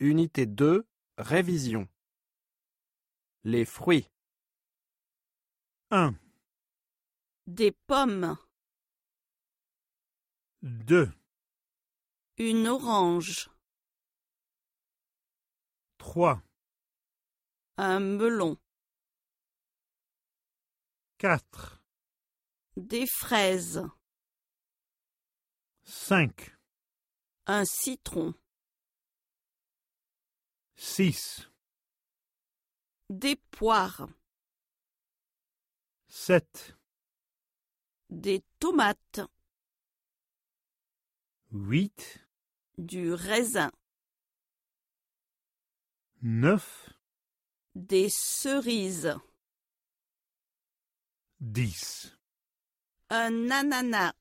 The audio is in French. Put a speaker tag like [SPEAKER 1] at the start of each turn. [SPEAKER 1] Unité deux Révision. Les fruits,
[SPEAKER 2] 1,
[SPEAKER 3] des pommes,
[SPEAKER 2] 2,
[SPEAKER 3] une orange,
[SPEAKER 2] 3,
[SPEAKER 3] un melon,
[SPEAKER 2] 4,
[SPEAKER 3] des fraises,
[SPEAKER 2] 5,
[SPEAKER 3] un citron,
[SPEAKER 2] 6,
[SPEAKER 3] des poires,
[SPEAKER 2] 7,
[SPEAKER 3] des tomates,
[SPEAKER 2] 8,
[SPEAKER 3] du raisin,
[SPEAKER 2] 9,
[SPEAKER 3] des cerises,
[SPEAKER 2] 10.
[SPEAKER 3] un ananas.